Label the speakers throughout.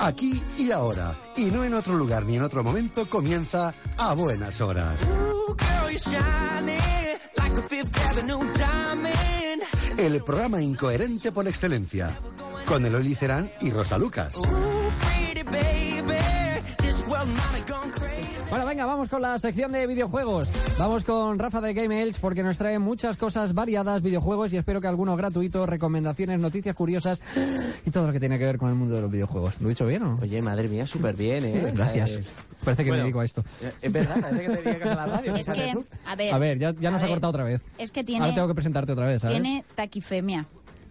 Speaker 1: Aquí y ahora, y no en otro lugar ni en otro momento, comienza a buenas horas. El programa incoherente por excelencia, con Eloy Cerán y Rosa Lucas.
Speaker 2: Bueno, venga, vamos con la sección de videojuegos. Vamos con Rafa de Game Elch porque nos trae muchas cosas variadas, videojuegos y espero que algunos gratuitos, recomendaciones, noticias curiosas y todo lo que tiene que ver con el mundo de los videojuegos. ¿Lo he dicho bien o no?
Speaker 3: Oye, madre mía, súper bien, ¿eh?
Speaker 2: Gracias. Parece que
Speaker 3: Bueno.
Speaker 2: me dedico a esto.
Speaker 3: Es verdad, parece que te dedicas a la radio.
Speaker 4: Es que, a ver,
Speaker 2: A ver, ya, ya nos
Speaker 4: eh, a
Speaker 2: ha
Speaker 4: ver,
Speaker 2: cortado otra vez.
Speaker 4: Es que tiene,
Speaker 2: Ahora tengo que presentarte otra vez, ¿sabes?
Speaker 4: tiene taquifemia.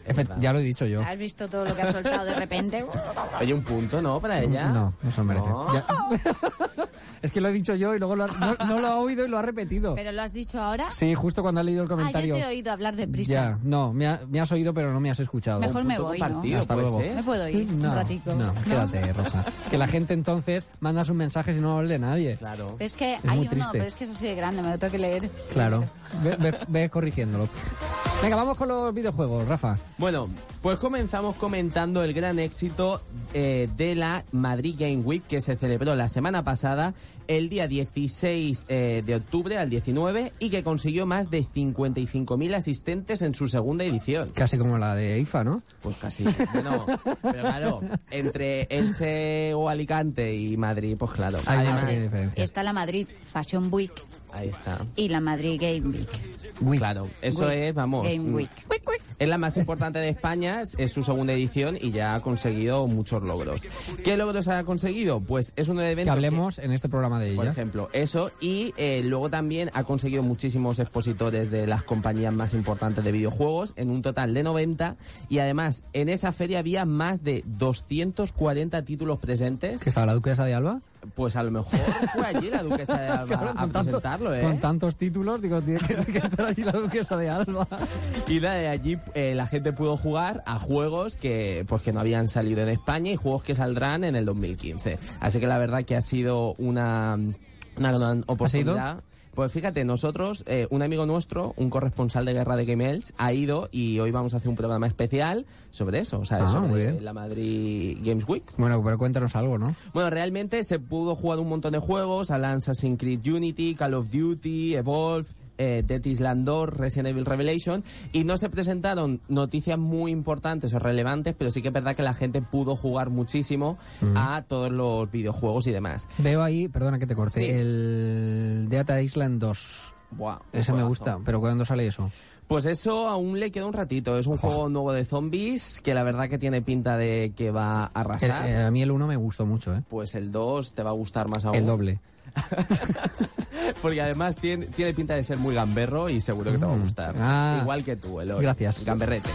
Speaker 2: Efe- ya lo he dicho yo.
Speaker 4: ¿Has visto todo lo que ha soltado de repente?
Speaker 3: Oye, un punto, ¿no? Para ella.
Speaker 2: No, no se lo merece.
Speaker 3: No.
Speaker 2: Ya- es que lo he dicho yo y luego lo ha- no, no lo ha oído y lo ha repetido.
Speaker 4: ¿Pero lo has dicho ahora?
Speaker 2: Sí, justo cuando ha leído el
Speaker 4: ah, yo
Speaker 2: comentario.
Speaker 4: te he oído hablar de
Speaker 2: Ya,
Speaker 4: prisa.
Speaker 2: no, me, ha- me has oído pero no me has escuchado.
Speaker 4: Mejor me voy, ¿no?
Speaker 3: compartido,
Speaker 2: Hasta
Speaker 3: pues,
Speaker 2: luego.
Speaker 3: ¿eh?
Speaker 4: Me puedo ir
Speaker 2: No,
Speaker 4: un ratico.
Speaker 2: No, quédate, Rosa. Que la gente entonces manda sus mensajes y no los lee nadie.
Speaker 3: Claro.
Speaker 4: Pero es que
Speaker 2: Es
Speaker 4: hay
Speaker 2: muy
Speaker 4: uno,
Speaker 2: triste.
Speaker 4: pero es que es así de grande, me lo tengo que leer.
Speaker 2: Claro. Ve, ve- ve corrigiéndolo. Venga, vamos con los videojuegos, Rafa.
Speaker 3: Bueno, pues comenzamos comentando el gran éxito eh, de la Madrid Game Week que se celebró la semana pasada, el día 16 eh, de octubre al 19, y que consiguió más de 55.000 asistentes en su segunda edición.
Speaker 2: Casi como la de IFA, ¿no?
Speaker 3: Pues casi. Bueno, pero claro, entre Elche o Alicante y Madrid, pues claro.
Speaker 2: Hay una
Speaker 3: Además, eh,
Speaker 2: pequeña
Speaker 4: Y
Speaker 2: diferencia.
Speaker 4: está la Madrid Fashion Week
Speaker 3: ahí está.
Speaker 4: y la Madrid Game Week.
Speaker 3: Claro, eso
Speaker 4: Week.
Speaker 3: es, vamos.
Speaker 4: Game
Speaker 3: mm,
Speaker 4: Week. Week, week.
Speaker 3: Es la más importante de España, es- es su segunda edición y ya ha conseguido muchos logros. ¿Qué logros ha conseguido? Pues es un evento...
Speaker 2: Que hablemos en este programa de
Speaker 3: Por
Speaker 2: ella.
Speaker 3: ejemplo, eso. Y eh, luego también ha conseguido muchísimos expositores de las compañías más importantes de videojuegos, en un total de 90. Y además, en esa feria había más de 240 títulos presentes.
Speaker 2: Que estaba la duquesa de Alba.
Speaker 3: Pues a lo mejor fue allí la duquesa de Alba
Speaker 2: Claro,
Speaker 3: a presentarlo, ¿eh?
Speaker 2: con tantos títulos, digo, tiene que, tiene que estar allí la duquesa de Alba.
Speaker 3: Y la de allí eh, la gente pudo jugar a juegos que pues que no habían salido en España y juegos que saldrán en el 2015. Así que la verdad que ha sido una, una gran oportunidad. Pues fíjate, nosotros, eh, un amigo nuestro, un corresponsal de guerra de Game Elch, ha ido y hoy vamos a hacer un programa especial sobre eso, o sea,
Speaker 2: Ah,
Speaker 3: sobre
Speaker 2: muy bien.
Speaker 3: la Madrid Games Week.
Speaker 2: Bueno, pero cuéntanos algo, ¿no?
Speaker 3: Bueno, realmente se pudo jugar un montón de juegos, al Assassin's Creed Unity, Call of Duty, Evolve, eh, Dead Island 2, Resident Evil Revelation, y no se presentaron noticias muy importantes o relevantes, pero sí que es verdad que la gente pudo jugar muchísimo a todos los videojuegos y demás.
Speaker 2: Veo ahí, perdona que te corte,
Speaker 3: Sí.
Speaker 2: el Data Island 2.
Speaker 3: Buah, un
Speaker 2: Ese me
Speaker 3: juegazo.
Speaker 2: gusta, pero ¿cuándo sale eso?
Speaker 3: Pues eso aún le queda un ratito. Es un juego nuevo de zombies que la verdad que tiene pinta de que va a
Speaker 2: El-
Speaker 3: arrasar.
Speaker 2: eh, a mí el 1 me gustó mucho, ¿eh?
Speaker 3: Pues el 2 te va a gustar más aún.
Speaker 2: El doble.
Speaker 3: Porque además tiene, tiene pinta de ser muy gamberro y seguro que te va a gustar.
Speaker 2: Ah.
Speaker 3: Igual que tú, Eloy.
Speaker 2: Gracias.
Speaker 3: Gamberrete.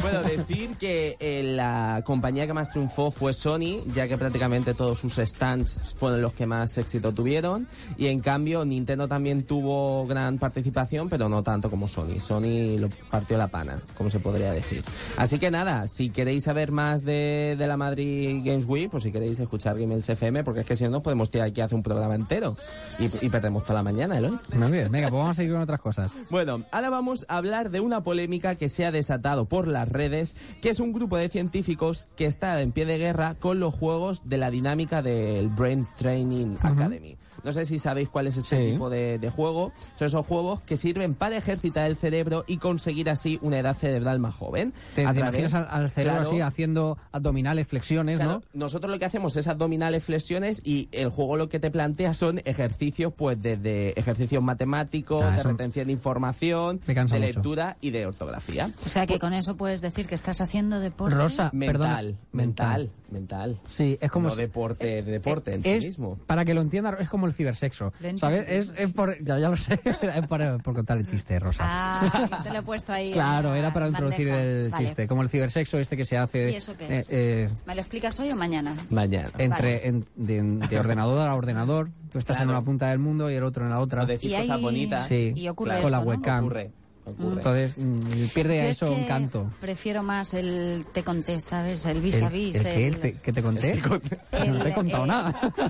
Speaker 3: Puedo decir que eh, la compañía que más triunfó fue Sony, ya que prácticamente todos sus stands fueron los que más éxito tuvieron. Y en cambio, Nintendo también tuvo gran participación, pero no tanto como Sony. Sony lo partió la pana, como se podría decir. Así que nada, si queréis saber más de, de la Madrid Games Week, pues si queréis escuchar Games FM, porque es que si no, nos podemos tirar aquí a hacer un programa entero. Y, y perdemos toda la mañana, Eloy.
Speaker 2: Muy bien, venga, pues vamos a seguir con otras cosas.
Speaker 3: Bueno, ahora vamos a hablar de una polémica que se ha desatado por las redes, que es un grupo de científicos que está en pie de guerra con los juegos de la dinámica del Brain Training Academy. No sé si sabéis cuál es este
Speaker 2: Sí.
Speaker 3: tipo de, de juego. Son esos juegos que sirven para ejercitar el cerebro y conseguir así una edad cerebral más joven.
Speaker 2: Te,
Speaker 3: A
Speaker 2: Ah, te
Speaker 3: través-
Speaker 2: imaginas al, al cerebro
Speaker 3: Claro,
Speaker 2: así haciendo abdominales, flexiones,
Speaker 3: Claro,
Speaker 2: ¿no?
Speaker 3: Nosotros lo que hacemos es abdominales, flexiones y el juego lo que te plantea son ejercicios, pues desde ejercicios matemáticos,
Speaker 2: Ah,
Speaker 3: de
Speaker 2: eso-
Speaker 3: retención de información,
Speaker 2: Me
Speaker 3: de
Speaker 2: cansa mucho.
Speaker 3: lectura y de ortografía.
Speaker 4: O sea que con eso puedes decir que estás haciendo deporte.
Speaker 2: Rosa, perdona.
Speaker 3: Mental, mental, mental.
Speaker 2: Sí, es como
Speaker 3: no
Speaker 2: si- eh,
Speaker 3: deporte, de deporte en sí
Speaker 2: es-
Speaker 3: mismo.
Speaker 2: Para que lo entiendan, es como el cibersexo.
Speaker 4: Lo he
Speaker 2: ¿Sabes? Es, es por. Ya, ya lo sé. Era para- por contar el chiste, Rosa.
Speaker 4: Ah, te lo he puesto ahí. en
Speaker 2: Claro,
Speaker 4: la
Speaker 2: era para introducir
Speaker 4: bandeja.
Speaker 2: el
Speaker 4: Vale.
Speaker 2: chiste, como el cibersexo este que se hace
Speaker 4: ¿Y eso qué es?
Speaker 2: eh, eh,
Speaker 4: ¿Me lo explicas hoy o mañana?
Speaker 3: Mañana.
Speaker 2: entre en- de, de ordenador a ordenador. Tú estás en
Speaker 3: Claro.
Speaker 2: una punta del mundo y el otro en la otra.
Speaker 3: O decir
Speaker 4: Y
Speaker 3: cosas
Speaker 4: ahí-
Speaker 3: bonitas.
Speaker 2: Sí.
Speaker 4: Y ocurre
Speaker 2: con la
Speaker 4: eso, ¿no?
Speaker 2: webcam.
Speaker 3: Ocurre. ocurre.
Speaker 2: Entonces mm, pierde
Speaker 4: Yo
Speaker 2: a
Speaker 4: es
Speaker 2: eso un
Speaker 4: que
Speaker 2: canto.
Speaker 4: Prefiero más el te conté, ¿sabes? eh, El vis a
Speaker 2: ¿El,
Speaker 4: vis.
Speaker 2: el qué? ¿El te- ¿Qué te conté?
Speaker 4: el-
Speaker 2: no te he contado
Speaker 4: el-
Speaker 2: nada.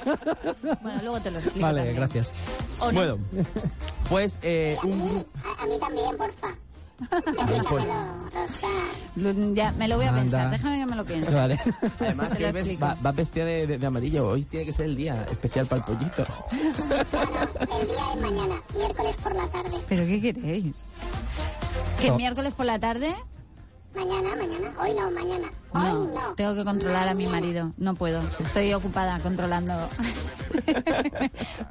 Speaker 4: Bueno, luego te lo explico.
Speaker 2: Vale,
Speaker 4: también.
Speaker 2: gracias.
Speaker 4: ¿O no?
Speaker 3: Bueno, pues eh, un... Pues,
Speaker 4: Lo- Mm, Ya, me lo voy a
Speaker 2: Anda.
Speaker 4: pensar. Déjame que me lo piense.
Speaker 2: Vale.
Speaker 3: Además,
Speaker 4: Te
Speaker 3: que
Speaker 4: lo
Speaker 3: hoy ves-
Speaker 4: explico.
Speaker 3: va, va vestida de, de- de amarillo. Hoy tiene que ser el día especial para el pollito.
Speaker 4: ¿Pero qué queréis? ¿Que el miércoles por la tarde? Mañana, mañana. Hoy no, mañana. no, tengo que controlar a mi marido. No puedo. Estoy ocupada controlando.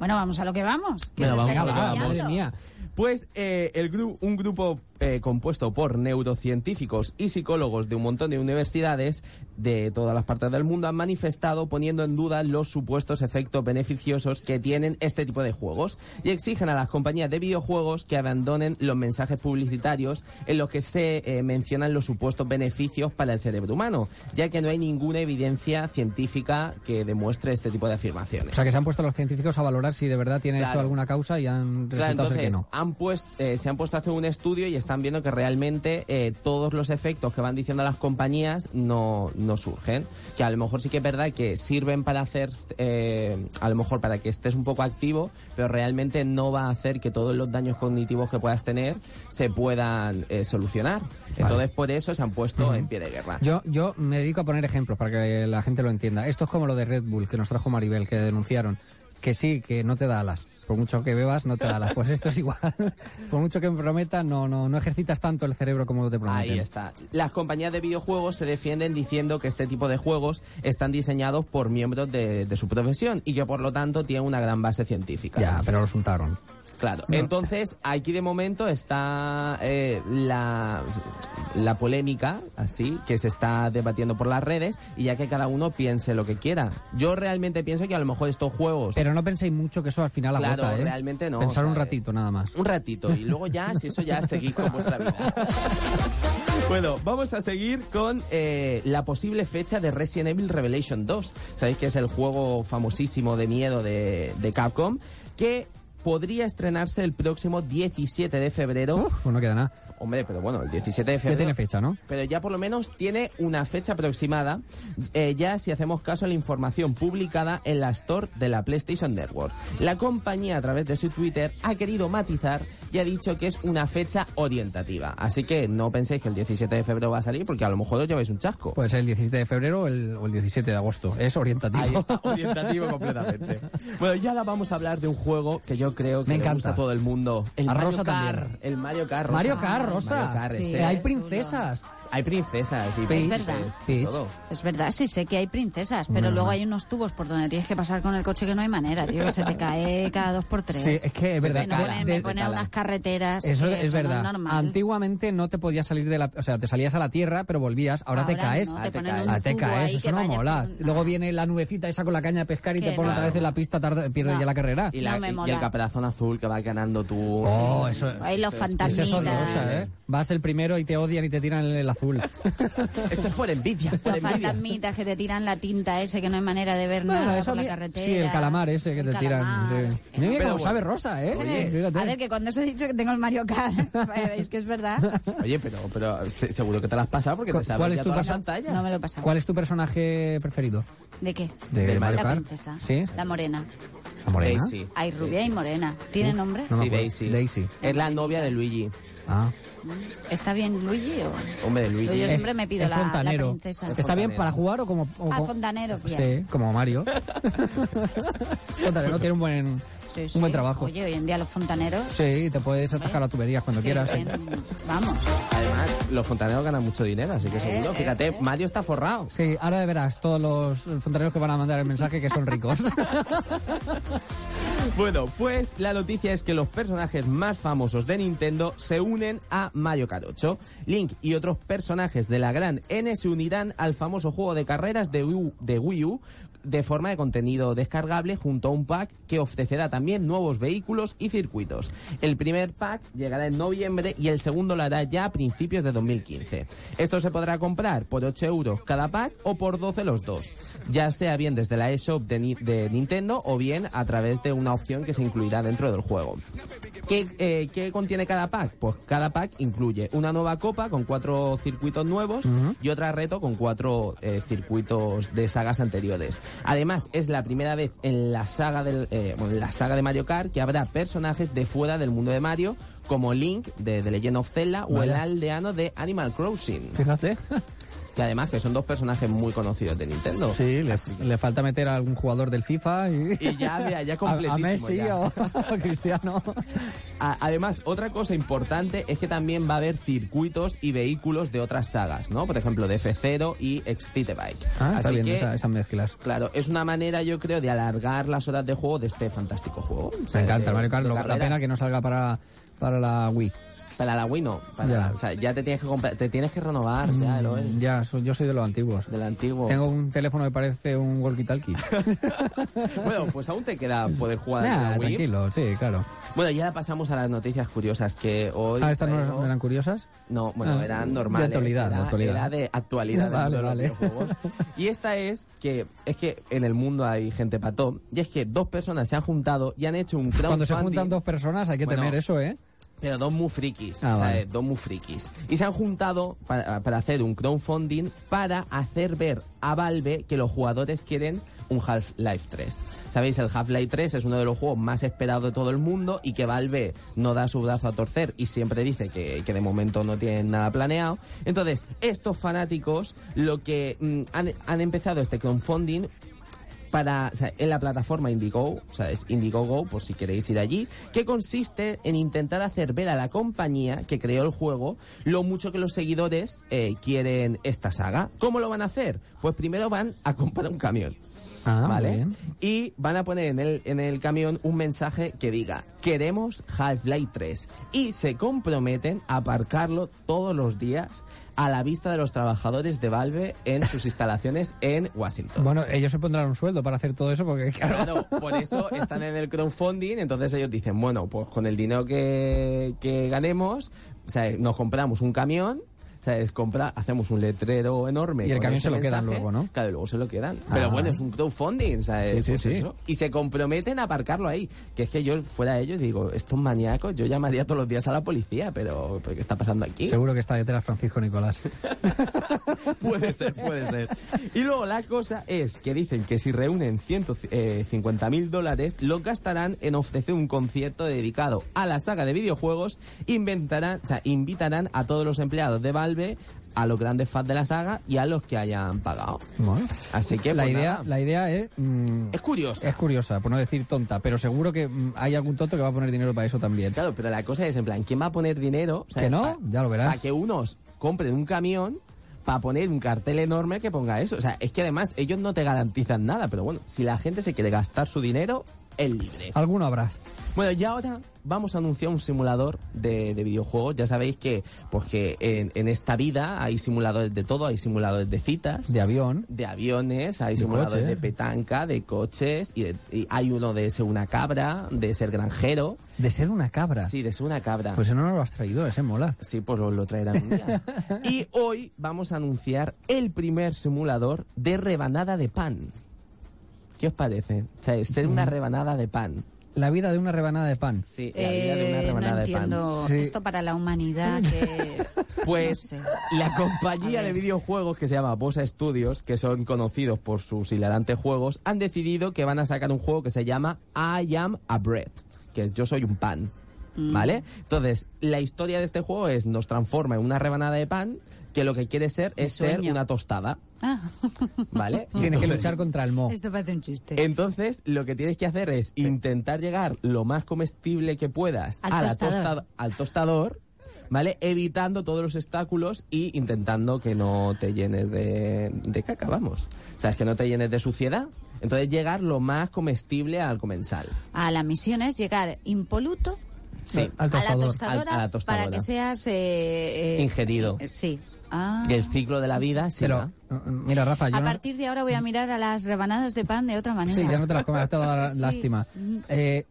Speaker 4: bueno, vamos a lo que vamos. que
Speaker 3: Venga,
Speaker 4: os estáis
Speaker 2: Venga, va,
Speaker 4: desviando.
Speaker 2: madre mía.
Speaker 3: Pues eh, el gru- un grupo eh, compuesto por neurocientíficos y psicólogos de un montón de universidades de todas las partes del mundo han manifestado poniendo en duda los supuestos efectos beneficiosos que tienen este tipo de juegos y exigen a las compañías de videojuegos que abandonen los mensajes publicitarios en los que se eh, mencionan los supuestos beneficios para el cerebro humano, ya que no hay ninguna evidencia científica que demuestre este tipo de afirmaciones.
Speaker 2: O sea, que se han puesto los científicos a valorar si de verdad tiene esto
Speaker 3: Claro.
Speaker 2: alguna causa y han
Speaker 3: Claro,
Speaker 2: resultado ser que
Speaker 3: entonces,
Speaker 2: no.
Speaker 3: han puest- eh, se han puesto a hacer un estudio y están viendo que realmente eh, todos los efectos que van diciendo las compañías no, no surgen. Que a lo mejor sí que es verdad que sirven para hacer, eh, a lo mejor para que estés un poco activo, pero realmente no va a hacer que todos los daños cognitivos que puedas tener se puedan eh, solucionar. Entonces, por eso se han puesto en pie de guerra.
Speaker 2: Yo, yo me dedico a poner ejemplos para que la gente lo entienda. Esto es como lo de Red Bull que nos trajo Maribel, que denunciaron. Que sí, que no te da alas. Por mucho que bebas, no te da alas. Pues esto es igual. Por mucho que me prometa, no, no, no ejercitas tanto el cerebro como te prometen.
Speaker 3: Ahí está. Las compañías de videojuegos se defienden diciendo que este tipo de juegos están diseñados por miembros de, de su profesión y que por lo tanto tienen una gran base científica.
Speaker 2: Ya, pero lo suntaron.
Speaker 3: Claro.
Speaker 2: No.
Speaker 3: Entonces, aquí de momento está eh, la, la polémica, así, que se está debatiendo por las redes y ya que cada uno piense lo que quiera. Yo realmente pienso que a lo mejor estos juegos...
Speaker 2: Pero no penséis mucho que eso al final
Speaker 3: Claro,
Speaker 2: agota, ¿eh?
Speaker 3: realmente no,
Speaker 2: Pensar
Speaker 3: o sea,
Speaker 2: un ratito nada más.
Speaker 3: Un ratito y luego ya, si eso ya seguís con vuestra vida. Bueno, vamos a seguir con eh, la posible fecha de Resident Evil Revelation 2. Sabéis que es el juego famosísimo de miedo de, de Capcom que podría estrenarse el próximo 17 de febrero.
Speaker 2: Uf, pues no queda nada.
Speaker 3: Hombre, pero bueno, el 17 de
Speaker 2: Ya
Speaker 3: febrero.
Speaker 2: tiene fecha, ¿no?
Speaker 3: Pero ya por lo menos tiene una fecha aproximada, eh, ya si hacemos caso a la información publicada en la store de la PlayStation Network. La compañía a través de su Twitter ha querido matizar y ha dicho que es una fecha orientativa. Así que no penséis que el 17 de febrero va a salir porque a lo mejor os lleváis un chasco.
Speaker 2: Puede ser Pues el 17 de febrero o el, o el 17 de agosto. Es orientativo.
Speaker 3: Ahí está, orientativo completamente. Bueno, ya ahora vamos a hablar de un juego que yo creo que
Speaker 2: Me
Speaker 3: le
Speaker 2: encanta.
Speaker 3: gusta a todo el mundo. El
Speaker 2: A
Speaker 3: Mario
Speaker 2: Rosa
Speaker 3: Kart.
Speaker 2: también.
Speaker 3: El Mario Kart. Rosa.
Speaker 2: Mario Kart, Rosa.
Speaker 3: Mario Kart,
Speaker 4: Sí.
Speaker 3: ese.
Speaker 2: Que hay
Speaker 4: Es
Speaker 2: princesas.
Speaker 3: Hay princesas y
Speaker 2: Peach,
Speaker 3: príncipes,
Speaker 2: Peach.
Speaker 3: todo.
Speaker 4: Es verdad, sí sé que hay princesas, pero luego hay unos tubos por donde tienes que pasar con el coche que no hay manera, tío. Se te cae cada dos por tres.
Speaker 2: Sí, es que es
Speaker 3: Se
Speaker 2: verdad.
Speaker 3: te
Speaker 4: Me
Speaker 3: cala,
Speaker 4: ponen,
Speaker 2: De-
Speaker 4: me
Speaker 2: de-
Speaker 4: ponen unas carreteras.
Speaker 2: Eso
Speaker 4: que
Speaker 2: es verdad.
Speaker 4: No es normal.
Speaker 2: Antiguamente no te podías salir de la... O sea, te salías a la tierra, pero volvías. Ahora, te caes.
Speaker 4: no,
Speaker 3: Ah,
Speaker 4: te
Speaker 3: te
Speaker 4: ponen
Speaker 3: caes.
Speaker 4: un
Speaker 2: Ah, te
Speaker 4: tubo
Speaker 2: caes,
Speaker 4: ahí
Speaker 2: eso
Speaker 4: que
Speaker 2: no
Speaker 4: vaya por
Speaker 2: mola.
Speaker 4: un-
Speaker 2: Luego viene la nubecita esa con la caña de pescar y
Speaker 4: Que
Speaker 2: te pone
Speaker 4: no.
Speaker 2: otra vez en la pista, tarda- pierde
Speaker 4: No.
Speaker 2: ya la carrera.
Speaker 3: Y, la-
Speaker 4: No me
Speaker 3: y- y
Speaker 4: mola.
Speaker 3: el caparazón azul que va ganando tú.
Speaker 2: Oh, eso,
Speaker 4: Ahí los
Speaker 3: Eso es-
Speaker 2: eso
Speaker 4: fantasmitas.
Speaker 2: es odiosa, ¿eh? Vas el primero y te odian y te tiran el, el azul.
Speaker 3: Eso es por envidia, por
Speaker 4: Los
Speaker 3: envidia.
Speaker 4: fantasmitas que te tiran la tinta ese que no hay manera de ver
Speaker 2: Bueno,
Speaker 4: nada
Speaker 2: eso
Speaker 4: por la
Speaker 2: bien.
Speaker 4: carretera.
Speaker 2: Sí, el calamar ese que
Speaker 4: El
Speaker 2: te tiran.
Speaker 4: calamar.
Speaker 2: sí. Mira, mira
Speaker 3: Pero
Speaker 2: cómo
Speaker 3: bueno.
Speaker 2: sabe Rosa, ¿eh?
Speaker 4: Eh,
Speaker 2: Fíjate.
Speaker 4: a ver, que cuando os he dicho que tengo el Mario Kart, veis que es verdad.
Speaker 3: Oye, pero, pero se- seguro que te las has pasado porque
Speaker 2: ¿Cu-
Speaker 3: te sabes
Speaker 2: cuál es
Speaker 3: ya
Speaker 2: tu
Speaker 3: toda la
Speaker 2: pasa-
Speaker 3: pantalla.
Speaker 4: No me lo he pasado.
Speaker 2: ¿Cuál es tu personaje preferido?
Speaker 3: Eh,
Speaker 4: ¿De qué?
Speaker 2: De,
Speaker 3: Del Mario
Speaker 4: la
Speaker 2: Kart?
Speaker 4: princesa.
Speaker 2: ¿Sí?
Speaker 4: La morena.
Speaker 2: ¿La morena?
Speaker 3: Daisy.
Speaker 4: Hay rubia y morena. ¿Tiene nombre?
Speaker 2: No me
Speaker 3: Sí,
Speaker 2: acuerdo.
Speaker 3: Daisy.
Speaker 2: Daisy.
Speaker 3: Es la novia de Luigi.
Speaker 2: Ah.
Speaker 4: ¿Está bien Luigi o...?
Speaker 3: Hombre,
Speaker 4: Yo
Speaker 3: Luigi.
Speaker 4: siempre me pido
Speaker 2: es
Speaker 4: la, la
Speaker 2: fontanero.
Speaker 4: princesa.
Speaker 2: ¿Está bien para jugar o como...? o
Speaker 4: Ah,
Speaker 2: como-
Speaker 4: fontanero, bien.
Speaker 2: Sí, como Mario. fontanero tiene un buen,
Speaker 4: Sí, sí.
Speaker 2: un buen trabajo.
Speaker 4: Oye, hoy en día los fontaneros...
Speaker 2: Sí, te puedes atascar a tuberías cuando
Speaker 4: sí,
Speaker 2: quieras.
Speaker 4: bien, Vamos.
Speaker 3: Además, los fontaneros ganan mucho dinero, así que seguro.
Speaker 4: eh,
Speaker 3: Fíjate, Mario está forrado.
Speaker 2: Sí, ahora verás todos los fontaneros que van a mandar el mensaje que son ricos.
Speaker 3: Bueno, pues la noticia es que los personajes más famosos de Nintendo se unen a Mario Kart 8. Link y otros personajes de la gran N se unirán al famoso juego de carreras de Wii U, de Wii U, de forma de contenido descargable junto a un pack que ofrecerá también nuevos vehículos y circuitos. El primer pack llegará en noviembre y el segundo lo hará ya a principios de 2015. Esto se podrá comprar por 8 euros cada pack o por 12 los dos, ya sea bien desde la eShop de, Ni- de Nintendo o bien a través de una opción que se incluirá dentro del juego. ¿Qué, eh, qué contiene cada pack? Pues cada pack incluye una nueva copa con cuatro circuitos nuevos y otra reto con cuatro eh, circuitos de sagas anteriores. Además, es la primera vez en la saga del, eh, bueno, en la saga de Mario Kart que habrá personajes de fuera del mundo de Mario, como Link de The Legend of Zelda o el
Speaker 2: Vaya.
Speaker 3: aldeano de Animal Crossing.
Speaker 2: Fíjate.
Speaker 3: Que además que son dos personajes muy conocidos de Nintendo.
Speaker 2: Sí, le,
Speaker 3: Así que-
Speaker 2: le falta meter a algún jugador del FIFA y,
Speaker 3: Y ya, ya, ya
Speaker 2: a,
Speaker 3: completísimo.
Speaker 2: a Messi
Speaker 3: ya.
Speaker 2: o a Cristiano.
Speaker 3: A- Además, otra cosa importante es que también va a haber circuitos y vehículos de otras sagas, ¿no? Por ejemplo, de F0 y Excite Bike.
Speaker 2: Ah, está
Speaker 3: Así
Speaker 2: bien
Speaker 3: que,
Speaker 2: esa- esas mezclas.
Speaker 3: Claro, es una manera, yo creo, de alargar las horas de juego de este fantástico juego. O
Speaker 2: Me
Speaker 3: sea,
Speaker 2: encanta
Speaker 3: de-
Speaker 2: el Mario Kart.
Speaker 3: de
Speaker 2: lo- La
Speaker 3: eh, carreras.
Speaker 2: pena que no salga para, para la Wii.
Speaker 3: Para la Wii no. para
Speaker 2: Ya.
Speaker 3: la- o sea, ya te tienes que comprar, te tienes que renovar, ya, lo es.
Speaker 2: Mm, Ya, so- yo soy de los antiguos.
Speaker 3: Del antiguo.
Speaker 2: Tengo un teléfono que parece un walkie-talkie.
Speaker 3: Bueno, pues aún te queda poder jugar a
Speaker 2: Nah,
Speaker 3: la Wii.
Speaker 2: tranquilo, sí, claro.
Speaker 3: Bueno, ya pasamos a las noticias curiosas que hoy.
Speaker 2: Ah, estas no eran-
Speaker 3: traigo.
Speaker 2: no eran curiosas.
Speaker 3: No, bueno,
Speaker 2: Ah,
Speaker 3: eran normales.
Speaker 2: de actualidad,
Speaker 3: era,
Speaker 2: de actualidad.
Speaker 3: era de actualidad del
Speaker 2: Vale,
Speaker 3: mundo de los
Speaker 2: vale.
Speaker 3: videojuegos. Y esta es que es que en el mundo hay gente pató y es que dos personas se han juntado y han hecho un crowdfunding.
Speaker 2: Cuando se juntan dos personas hay que
Speaker 3: Bueno,
Speaker 2: temer eso, ¿eh?
Speaker 3: Pero dos muy frikis,
Speaker 2: Ah,
Speaker 3: o sea,
Speaker 2: vale.
Speaker 3: eh, dos muy frikis. Y se han juntado para, para hacer un crowdfunding para hacer ver a Valve que los jugadores quieren un Half-Life 3. Sabéis, el Half-Life 3 es uno de los juegos más esperados de todo el mundo y que Valve no da su brazo a torcer y siempre dice que, que de momento no tienen nada planeado. Entonces, estos fanáticos lo que mm, han, han empezado este crowdfunding para, o sea, en la plataforma Indiegogo, o sea, es Indiegogo, por si queréis ir allí, que consiste en intentar hacer ver a la compañía que creó el juego lo mucho que los seguidores eh, quieren esta saga. ¿Cómo lo van a hacer? Pues primero van a comprar un camión.
Speaker 2: Ah, muy
Speaker 3: ¿Vale?
Speaker 2: bien.
Speaker 3: Y van a poner en el, en el camión un mensaje que diga, queremos Half-Life 3. Y se comprometen a aparcarlo todos los días a la vista de los trabajadores de Valve en sus instalaciones en Washington.
Speaker 2: Bueno, ellos se pondrán un sueldo para hacer todo eso porque, claro,
Speaker 3: Claro, por eso están en el crowdfunding, entonces ellos dicen, bueno, pues con el dinero que, que ganemos, o sea, nos compramos un camión, ¿sabes? Compra, hacemos un letrero enorme.
Speaker 2: Y el
Speaker 3: con
Speaker 2: camión
Speaker 3: ese
Speaker 2: se lo quedan
Speaker 3: mensaje.
Speaker 2: luego, ¿no?
Speaker 3: Claro, luego se lo quedan.
Speaker 2: Ah.
Speaker 3: Pero bueno, es un crowdfunding, ¿sabes?
Speaker 2: Sí, sí,
Speaker 3: Pues
Speaker 2: sí.
Speaker 3: eso. Y se comprometen a aparcarlo ahí. Que es que yo fuera de ellos digo, estos maníacos, yo llamaría todos los días a la policía, pero ¿pero ¿qué está pasando aquí?
Speaker 2: seguro que está detrás Francisco Nicolás.
Speaker 3: puede ser, puede ser. Y luego la cosa es que dicen que si reúnen 150 mil dólares, los gastarán en ofrecer un concierto dedicado a la saga de videojuegos, inventarán, o sea, invitarán a todos los empleados de Valve, a los grandes fans de la saga y a los que hayan pagado.
Speaker 2: Bueno,
Speaker 3: Así que
Speaker 2: la
Speaker 3: pues,
Speaker 2: idea,
Speaker 3: nada.
Speaker 2: la idea es, mm,
Speaker 3: es curioso.
Speaker 2: es curiosa, por no decir tonta, pero seguro que mm, hay algún tonto que va a poner dinero para eso también.
Speaker 3: Claro, pero la cosa es en plan, ¿quién va a poner dinero?
Speaker 2: Que no, ya lo verás.
Speaker 3: Para que unos compren un camión para poner un cartel enorme que ponga eso. O sea, es que además ellos no te garantizan nada, pero bueno, si la gente se quiere gastar su dinero, es libre.
Speaker 2: Alguno habrá.
Speaker 3: Bueno, y ahora vamos a anunciar un simulador de, de videojuegos. Ya sabéis que, porque en, en esta vida hay simuladores de todo, hay simuladores de citas
Speaker 2: De avión.
Speaker 3: de aviones, hay
Speaker 2: De
Speaker 3: simuladores
Speaker 2: coche.
Speaker 3: de petanca, de coches, y, de- y hay uno de ser una cabra, de ser granjero.
Speaker 2: De ser una cabra.
Speaker 3: Sí, de ser una cabra.
Speaker 2: Pues no lo has traído, ese mola.
Speaker 3: Sí, pues lo, lo traerán un día. y hoy vamos a anunciar el primer simulador de rebanada de pan. ¿Qué os parece? O sea, ser una rebanada de pan.
Speaker 2: La vida de una rebanada de pan.
Speaker 3: Sí, la vida de una
Speaker 4: Eh,
Speaker 3: rebanada
Speaker 4: no
Speaker 3: de pan.
Speaker 4: entiendo
Speaker 2: Sí.
Speaker 4: esto para la humanidad que...
Speaker 3: Pues
Speaker 4: No sé.
Speaker 3: la compañía
Speaker 4: A
Speaker 3: de
Speaker 4: ver.
Speaker 3: videojuegos que se llama Bosa Studios, que son conocidos por sus hilarantes juegos, han decidido que van a sacar un juego que se llama I Am a Bread, que es yo soy un pan.
Speaker 4: Mm.
Speaker 3: ¿Vale? Entonces, la historia de este juego es nos transforma en una rebanada de pan que lo que quiere ser es ser
Speaker 4: sueño.
Speaker 3: una tostada.
Speaker 4: Ah,
Speaker 3: ¿Vale?
Speaker 2: Tienes que luchar contra el mo.
Speaker 4: esto parece un chiste.
Speaker 3: Entonces, lo que tienes que hacer es intentar llegar lo más comestible que puedas
Speaker 4: Al
Speaker 3: a la
Speaker 4: tostador.
Speaker 3: tosta- al tostador, ¿vale? Evitando todos los obstáculos y intentando que no te llenes de, de caca, vamos. O sea, es que no te llenes de suciedad. Entonces, llegar lo más comestible al comensal.
Speaker 4: A la misión es llegar impoluto
Speaker 3: Sí.
Speaker 2: Al
Speaker 4: a la
Speaker 2: tostador.
Speaker 4: tostadora
Speaker 3: Al- a la tostadora.
Speaker 4: para que seas eh, eh,
Speaker 3: Ingerido.
Speaker 4: eh, sí, Ah.
Speaker 3: Y el ciclo de la vida, sí.
Speaker 2: Pero,
Speaker 3: ¿verdad?
Speaker 2: mm, mira, Rafa, yo
Speaker 4: A
Speaker 2: no-
Speaker 4: partir de ahora voy a mirar a las rebanadas de pan de otra manera.
Speaker 2: Sí, ya no te las comes, te va a dar
Speaker 4: Sí.
Speaker 2: lástima.
Speaker 4: Mm.
Speaker 2: Eh,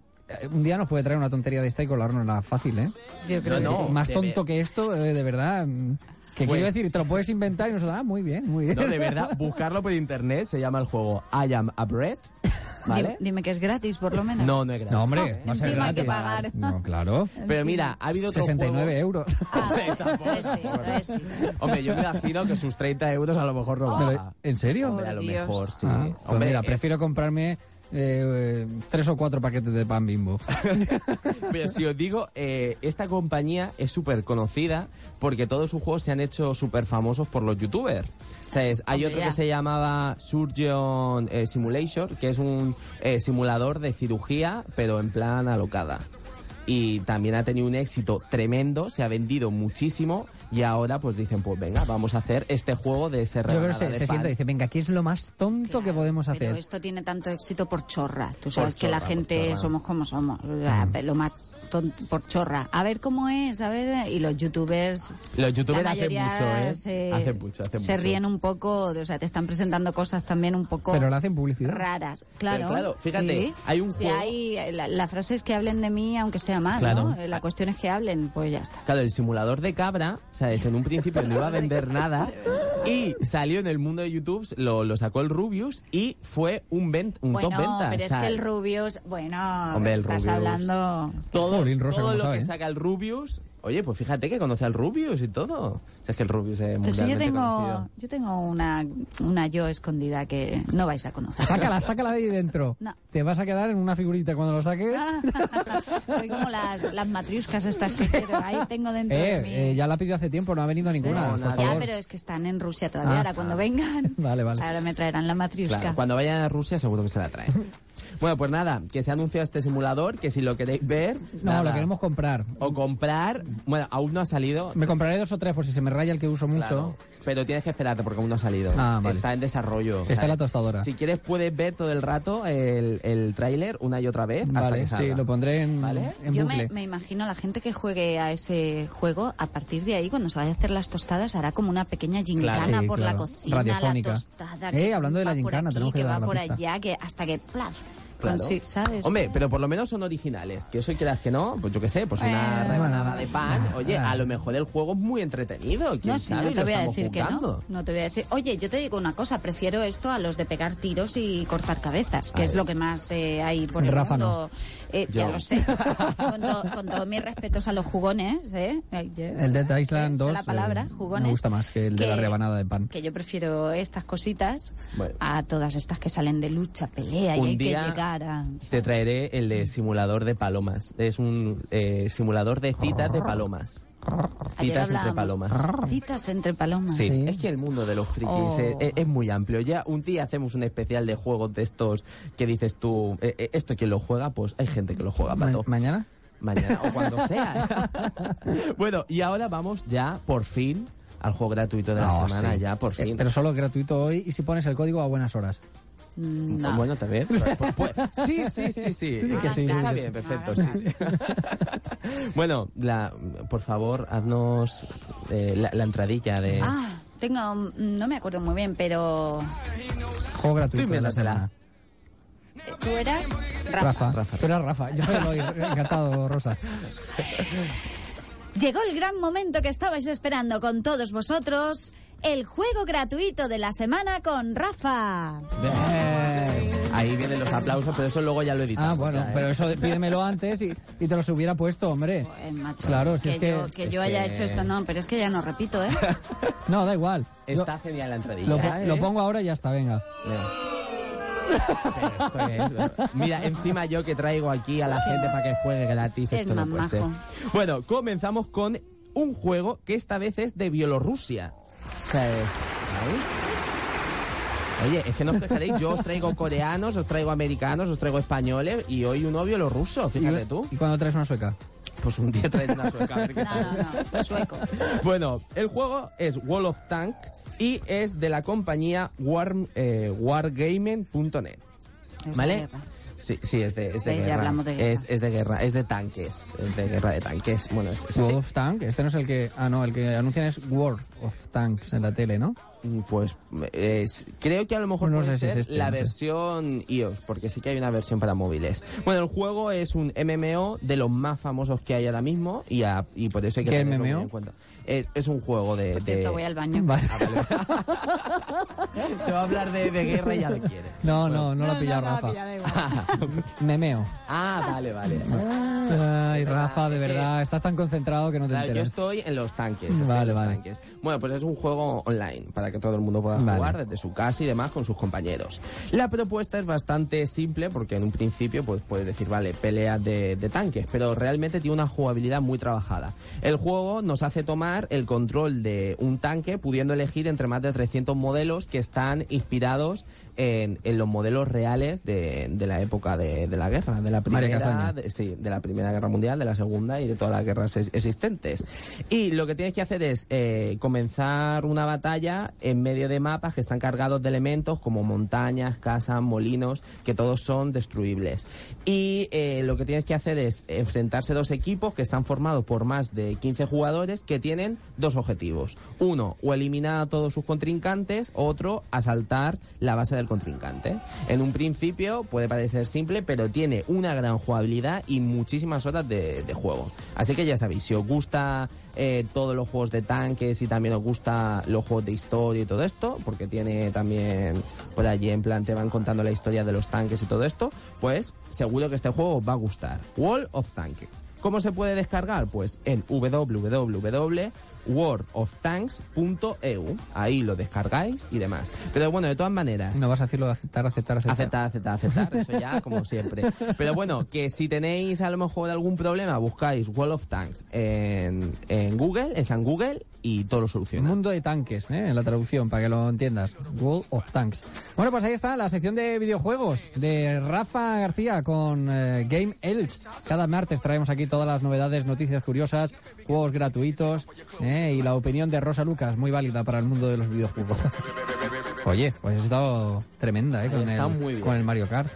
Speaker 2: un día nos puede traer una tontería de esta y colárnosla fácil, ¿eh?
Speaker 4: Yo
Speaker 3: No,
Speaker 4: creo que
Speaker 3: no.
Speaker 4: sí.
Speaker 2: Más
Speaker 3: de
Speaker 2: tonto
Speaker 3: ver-
Speaker 2: que esto, eh, de verdad. mm, Que
Speaker 3: Pues-
Speaker 2: quiero decir, te lo puedes inventar y nosotros, ah, muy bien, muy bien.
Speaker 3: No, de verdad, buscarlo por internet, se llama el juego I Am a Bread,
Speaker 4: Dime,
Speaker 3: ¿vale?
Speaker 4: dime que es gratis, por lo menos.
Speaker 3: No, no es gratis.
Speaker 2: No, hombre,
Speaker 4: Ah,
Speaker 2: no sé
Speaker 4: encima hay que
Speaker 2: gratis.
Speaker 4: pagar.
Speaker 2: No, claro.
Speaker 4: Eh,
Speaker 3: Pero mira, ha habido otros
Speaker 2: 69
Speaker 3: juegos-
Speaker 2: euros.
Speaker 4: Ah,
Speaker 3: Hombre, tampoco.
Speaker 4: entonces sí, entonces sí.
Speaker 3: Hombre, yo me imagino que sus 30 euros a lo mejor no
Speaker 2: Me lo-
Speaker 3: baja.
Speaker 2: ¿En serio?
Speaker 3: Hombre, a lo
Speaker 4: Por Dios.
Speaker 3: mejor, sí.
Speaker 2: Ah, pues
Speaker 3: Hombre,
Speaker 2: mira,
Speaker 3: es-
Speaker 2: prefiero comprarme eh, eh, tres o cuatro paquetes de pan bimbo.
Speaker 3: Pero si os digo, eh, esta compañía es súper conocida porque todos sus juegos se han hecho súper famosos por los youtubers. O sea, es- hay
Speaker 4: Hombre,
Speaker 3: otro
Speaker 4: ya.
Speaker 3: que se llamaba Surgeon eh, Simulation, que es un eh, simulador de cirugía, pero en plan alocada. Y también ha tenido un éxito tremendo, se ha vendido muchísimo y ahora pues dicen, pues venga, vamos a hacer este juego de ese
Speaker 2: Yo creo que
Speaker 3: rebanada
Speaker 2: se,
Speaker 3: de
Speaker 2: se
Speaker 3: pan.
Speaker 2: sienta y dice, venga, ¿qué es lo más tonto que podemos hacer?
Speaker 4: Pero esto tiene tanto éxito por chorra. Tú sabes
Speaker 3: Por
Speaker 4: que la
Speaker 3: chorra, por
Speaker 4: gente
Speaker 3: chorra.
Speaker 4: somos como somos. O sea, Lo más tonto, por chorra. A ver cómo es, a ver. Y los youtubers.
Speaker 3: Los youtubers
Speaker 4: la
Speaker 3: hacen
Speaker 4: mayoría
Speaker 3: mucho, ¿eh?
Speaker 4: Se,
Speaker 3: Hacen mucho, hacen
Speaker 4: se
Speaker 3: mucho.
Speaker 4: ríen un poco. O sea, te están presentando cosas también un poco.
Speaker 2: Pero le hacen publicidad.
Speaker 4: raras. Claro,
Speaker 3: Pero claro, fíjate,
Speaker 4: sí.
Speaker 3: hay un
Speaker 4: Si
Speaker 3: juego-
Speaker 4: hay- la, la frase es que hablen de mí aunque sea mal,
Speaker 3: Claro.
Speaker 4: ¿no? Eh, La cuestión es que hablen, pues ya está.
Speaker 3: Claro, el simulador de cabra, ¿sabes? En un principio no iba a vender nada y salió en el mundo de YouTube, lo, lo sacó el Rubius y fue un, ven- un
Speaker 4: bueno,
Speaker 3: top venta.
Speaker 4: pero es
Speaker 3: o sea,
Speaker 4: que el Rubius, bueno,
Speaker 3: Hombre, el
Speaker 4: estás
Speaker 3: Rubius.
Speaker 4: hablando...
Speaker 3: todo,
Speaker 2: Jolín, Rosa,
Speaker 3: todo
Speaker 2: ¿cómo
Speaker 3: lo
Speaker 2: sabe,
Speaker 3: que
Speaker 2: eh?
Speaker 3: saca el Rubius, oye, pues fíjate que conoce al Rubius y todo. O sea, es que el Rubius es
Speaker 4: Entonces yo
Speaker 3: mundialmente
Speaker 4: tengo,
Speaker 3: conocido.
Speaker 4: yo tengo una, una yo escondida que no vais a conocer.
Speaker 2: Sácala, sácala de ahí dentro.
Speaker 4: No.
Speaker 2: Te vas a quedar en una figurita cuando lo saques.
Speaker 3: Ah,
Speaker 4: Soy como las, las matriuscas estas que quiero, ahí tengo dentro de mí.
Speaker 2: Eh, eh, ya la pidió hace tiempo, no ha venido ninguna.
Speaker 3: No,
Speaker 2: por
Speaker 3: nada.
Speaker 2: favor.
Speaker 4: Ya, pero es que están en Rusia todavía,
Speaker 2: Ah.
Speaker 4: ahora cuando vengan.
Speaker 2: Vale, vale.
Speaker 4: Ahora me traerán la matriusca.
Speaker 3: Claro, cuando vayan a Rusia seguro que se la traen. bueno, pues nada, que se ha anunciado este simulador, que si lo queréis ver...
Speaker 2: No,
Speaker 3: nada.
Speaker 2: lo queremos comprar.
Speaker 3: O comprar, bueno, aún no ha salido,
Speaker 2: Me compraré dos o tres por si se me raya el que uso mucho.
Speaker 3: Claro, pero tienes que esperarte porque aún no ha salido.
Speaker 2: Ah, vale.
Speaker 3: Está en desarrollo.
Speaker 2: Está en la tostadora.
Speaker 3: Si quieres puedes ver todo el rato el, el tráiler una y otra vez hasta
Speaker 2: Vale,
Speaker 3: que salga.
Speaker 2: sí, lo pondré en,
Speaker 3: Vale.
Speaker 2: en
Speaker 4: Yo
Speaker 2: bucle.
Speaker 4: me, me imagino la gente que juegue a ese juego, a partir de ahí, cuando se vaya a hacer las tostadas, hará como una pequeña gincana
Speaker 2: Claro. Sí,
Speaker 4: por
Speaker 2: claro.
Speaker 4: la cocina, la
Speaker 2: Radiofónica.
Speaker 4: tostada.
Speaker 2: Eh,
Speaker 4: que
Speaker 2: hablando de la
Speaker 4: va por
Speaker 2: gincana,
Speaker 4: aquí,
Speaker 2: tenemos que
Speaker 4: que
Speaker 2: dar
Speaker 4: va
Speaker 2: la
Speaker 4: por
Speaker 2: pista.
Speaker 4: allá, que hasta que plaf.
Speaker 3: Claro.
Speaker 4: Sí, ¿sabes?
Speaker 3: Hombre, pero por lo menos son originales. Que eso quieras que no, pues yo qué sé, pues una
Speaker 4: Bueno.
Speaker 3: rebanada de pan.
Speaker 2: eh.
Speaker 3: Oye, a lo mejor el juego es muy entretenido. ¿Quién
Speaker 4: No, sí,
Speaker 3: sabe?
Speaker 4: no
Speaker 3: Y
Speaker 4: te
Speaker 3: lo
Speaker 4: voy a
Speaker 3: estamos
Speaker 4: decir
Speaker 3: jugando.
Speaker 4: que no. No te voy a decir. Oye, yo te digo una cosa, prefiero esto a los de pegar tiros y cortar cabezas, que
Speaker 3: A
Speaker 4: es
Speaker 3: ver.
Speaker 4: lo que más eh, hay por
Speaker 2: Rafa
Speaker 4: el
Speaker 2: no.
Speaker 4: mundo. Eh, ya
Speaker 3: Yo.
Speaker 4: lo sé. con, to- con todos mis respetos a los jugones, ¿eh? Ay, yeah.
Speaker 2: El Dead Island
Speaker 4: Esa es
Speaker 2: 2
Speaker 4: la palabra,
Speaker 2: eh,
Speaker 4: jugones.
Speaker 2: me gusta más que el de la rebanada de pan.
Speaker 4: Que yo prefiero estas cositas
Speaker 3: Bueno.
Speaker 4: a todas estas que salen de lucha, pelea y
Speaker 3: Un
Speaker 4: hay
Speaker 3: día
Speaker 4: que llegar a.
Speaker 3: Te traeré el de simulador de palomas. Es un eh, simulador de citas de palomas.
Speaker 4: Ayer
Speaker 3: Citas entre
Speaker 4: hablábamos.
Speaker 3: palomas.
Speaker 4: Citas entre palomas.
Speaker 3: Sí.
Speaker 2: Sí.
Speaker 3: es que el mundo de los frikis
Speaker 4: Ah, Oh.
Speaker 3: es, es- es muy amplio. Ya un día hacemos un especial de juegos de estos que dices tú, eh, eh, esto quien lo juega, pues hay gente que lo juega,
Speaker 2: Ma-
Speaker 3: pato.
Speaker 2: ¿Mañana?
Speaker 3: Mañana o cuando sea. bueno, y ahora vamos ya, por fin, al juego gratuito de la
Speaker 2: No,
Speaker 3: semana,
Speaker 2: sí.
Speaker 3: ya, por
Speaker 2: Eh,
Speaker 3: fin.
Speaker 2: pero solo es gratuito hoy y si pones el código a buenas horas.
Speaker 4: Mm,
Speaker 3: No,
Speaker 4: no.
Speaker 3: Bueno, también. pero, pues, pues, sí, sí, sí, sí.
Speaker 2: Tú di que
Speaker 3: Ah,
Speaker 2: sí.
Speaker 3: Está
Speaker 2: Sí.
Speaker 3: bien, perfecto. sí, sí. bueno, la, por favor, haznos eh, la, la entradilla de...
Speaker 4: Ah, tengo. mm, No me acuerdo muy bien, pero.
Speaker 2: Juego gratuito de la
Speaker 3: invéntatela.
Speaker 2: semana.
Speaker 4: eh, Tú eras. Rafa.
Speaker 2: Rafa. Tú eras Rafa. Yo soy Eloy. Encantado, Rosa.
Speaker 4: Llegó el gran momento que estabais esperando con todos vosotros. El juego gratuito de la semana con Rafa.
Speaker 3: Ahí vienen los aplausos, pero eso luego ya lo editamos.
Speaker 2: Eh, Ah, bueno,
Speaker 3: ya, ¿eh?
Speaker 2: pero eso de- pídemelo antes y, y te los hubiera puesto, hombre.
Speaker 4: Joder, Eh, macho,
Speaker 2: Claro, si es que-
Speaker 4: yo, que yo
Speaker 3: es
Speaker 4: haya
Speaker 3: que-
Speaker 4: hecho esto, no, pero es que ya no repito, ¿eh?
Speaker 2: No, da igual. Lo-
Speaker 3: ¿eh? Está genial la entradilla.
Speaker 2: Lo,
Speaker 3: ¿eh?
Speaker 2: lo pongo ahora y ya está, venga.
Speaker 3: Mira. Pero esto es- Mira, encima yo que traigo aquí a la gente para que juegue gratis.
Speaker 4: Es
Speaker 3: Esto no puede
Speaker 4: más
Speaker 3: ser.
Speaker 4: majo.
Speaker 3: Bueno, comenzamos con un juego que esta vez es de Bielorrusia. O
Speaker 2: Pues,
Speaker 3: sea, es- ¿sabéis? Oye, es que no os quejaréis, yo os traigo coreanos, os traigo americanos, os traigo españoles y hoy uno bielorruso, fíjate
Speaker 2: ¿Y,
Speaker 3: tú.
Speaker 2: ¿Y cuando traes una sueca?
Speaker 3: Pues un día traes una sueca, a ver qué
Speaker 4: No,
Speaker 3: tal.
Speaker 4: no, no, sueco.
Speaker 3: Bueno, el juego es Wall of Tank y es de la compañía Warm- eh, wargaming.net.
Speaker 4: Es
Speaker 3: ¿Vale?
Speaker 4: una guerra.
Speaker 3: Sí, sí, es de, es de
Speaker 4: Ve, ya
Speaker 3: guerra.
Speaker 4: hablamos de guerra.
Speaker 3: Es, es de guerra, es de tanques. Es de guerra de tanques. Bueno, es, es así.
Speaker 2: World of Tank, este no es el que. Ah, no, el que anuncian es World of Tanks en la tele, ¿no?
Speaker 3: Mm, Pues eh, es- creo que a lo mejor
Speaker 2: No
Speaker 3: puede
Speaker 2: sé si es
Speaker 3: ser
Speaker 2: este,
Speaker 3: la
Speaker 2: no sé.
Speaker 3: versión iOS, porque sí que hay una versión para móviles. Bueno, el juego es un MMO de los más famosos que hay ahora mismo y, a- y por eso hay que
Speaker 2: ¿Qué
Speaker 3: tenerlo muy
Speaker 2: MMO?
Speaker 3: en cuenta. Es, es un juego de...
Speaker 4: Por
Speaker 3: de-
Speaker 4: cierto, voy al baño.
Speaker 2: Vale.
Speaker 3: Se va a hablar de, de guerra y ya lo quiere.
Speaker 2: No, no, no lo ha pillado Rafa. Memeo.
Speaker 3: Ah, vale, vale.
Speaker 2: Ay, Rafa, de verdad, estás tan concentrado que no te
Speaker 3: Claro, yo
Speaker 2: enteras.
Speaker 3: estoy en los tanques. estoy en
Speaker 2: Vale,
Speaker 3: los
Speaker 2: vale.
Speaker 3: tanques. Bueno, pues es un juego online para que todo el mundo pueda
Speaker 2: Vale.
Speaker 3: jugar desde su casa y demás con sus compañeros. La propuesta es bastante simple porque en un principio pues puedes decir, vale, peleas de, de tanques, pero realmente tiene una jugabilidad muy trabajada. El juego nos hace tomar el control de un tanque pudiendo elegir entre más de 300 modelos que están inspirados en, en los modelos reales de, de la época de, de la guerra, de la
Speaker 2: María
Speaker 3: primera,
Speaker 2: Castaña.
Speaker 3: de- sí, de la Primera Guerra Mundial, de la Segunda y de todas las guerras ex- existentes. Y lo que tienes que hacer es eh, comenzar una batalla en medio de mapas que están cargados de elementos como montañas, casas, molinos, que todos son destruibles. Y eh, lo que tienes que hacer es enfrentarse dos equipos que están formados por más de 15 jugadores que tienen dos objetivos. Uno, o eliminar a todos sus contrincantes, otro, asaltar la base del contrincante. En un principio puede parecer simple, pero tiene una gran jugabilidad y muchísimas horas de, de juego. Así que ya sabéis, si os gusta eh, todos los juegos de tanques y también os gusta los juegos de historia y todo esto, porque tiene también por allí en plan te van contando la historia de los tanques y todo esto, pues seguro que este juego os va a gustar. Wall of Tank. ¿Cómo se puede descargar? Pues en www.worldoftanks.eu. e Ahí lo descargáis y demás. Pero bueno, de todas maneras,
Speaker 2: No vas a decirlo de aceptar, aceptar, aceptar.
Speaker 3: Aceptar, aceptar, aceptar. Eso ya, como siempre. Pero bueno, que si tenéis a lo mejor algún problema, buscáis Wall of Tanks en, en Google, en San Google, y todo lo soluciona.
Speaker 2: Mundo de tanques, ¿eh? en la traducción, para que lo entiendas. World of Tanks. Bueno, pues ahí está la sección de videojuegos de Rafa García con eh, Game Elch. Cada martes traemos aquí todas las novedades, noticias curiosas, juegos gratuitos ¿eh? y la opinión de Rosa Lucas, muy válida para el mundo de los videojuegos. Oye, pues ha estado tremenda ¿eh? con,
Speaker 3: Está
Speaker 2: el,
Speaker 3: muy bien.
Speaker 2: con el Mario Kart.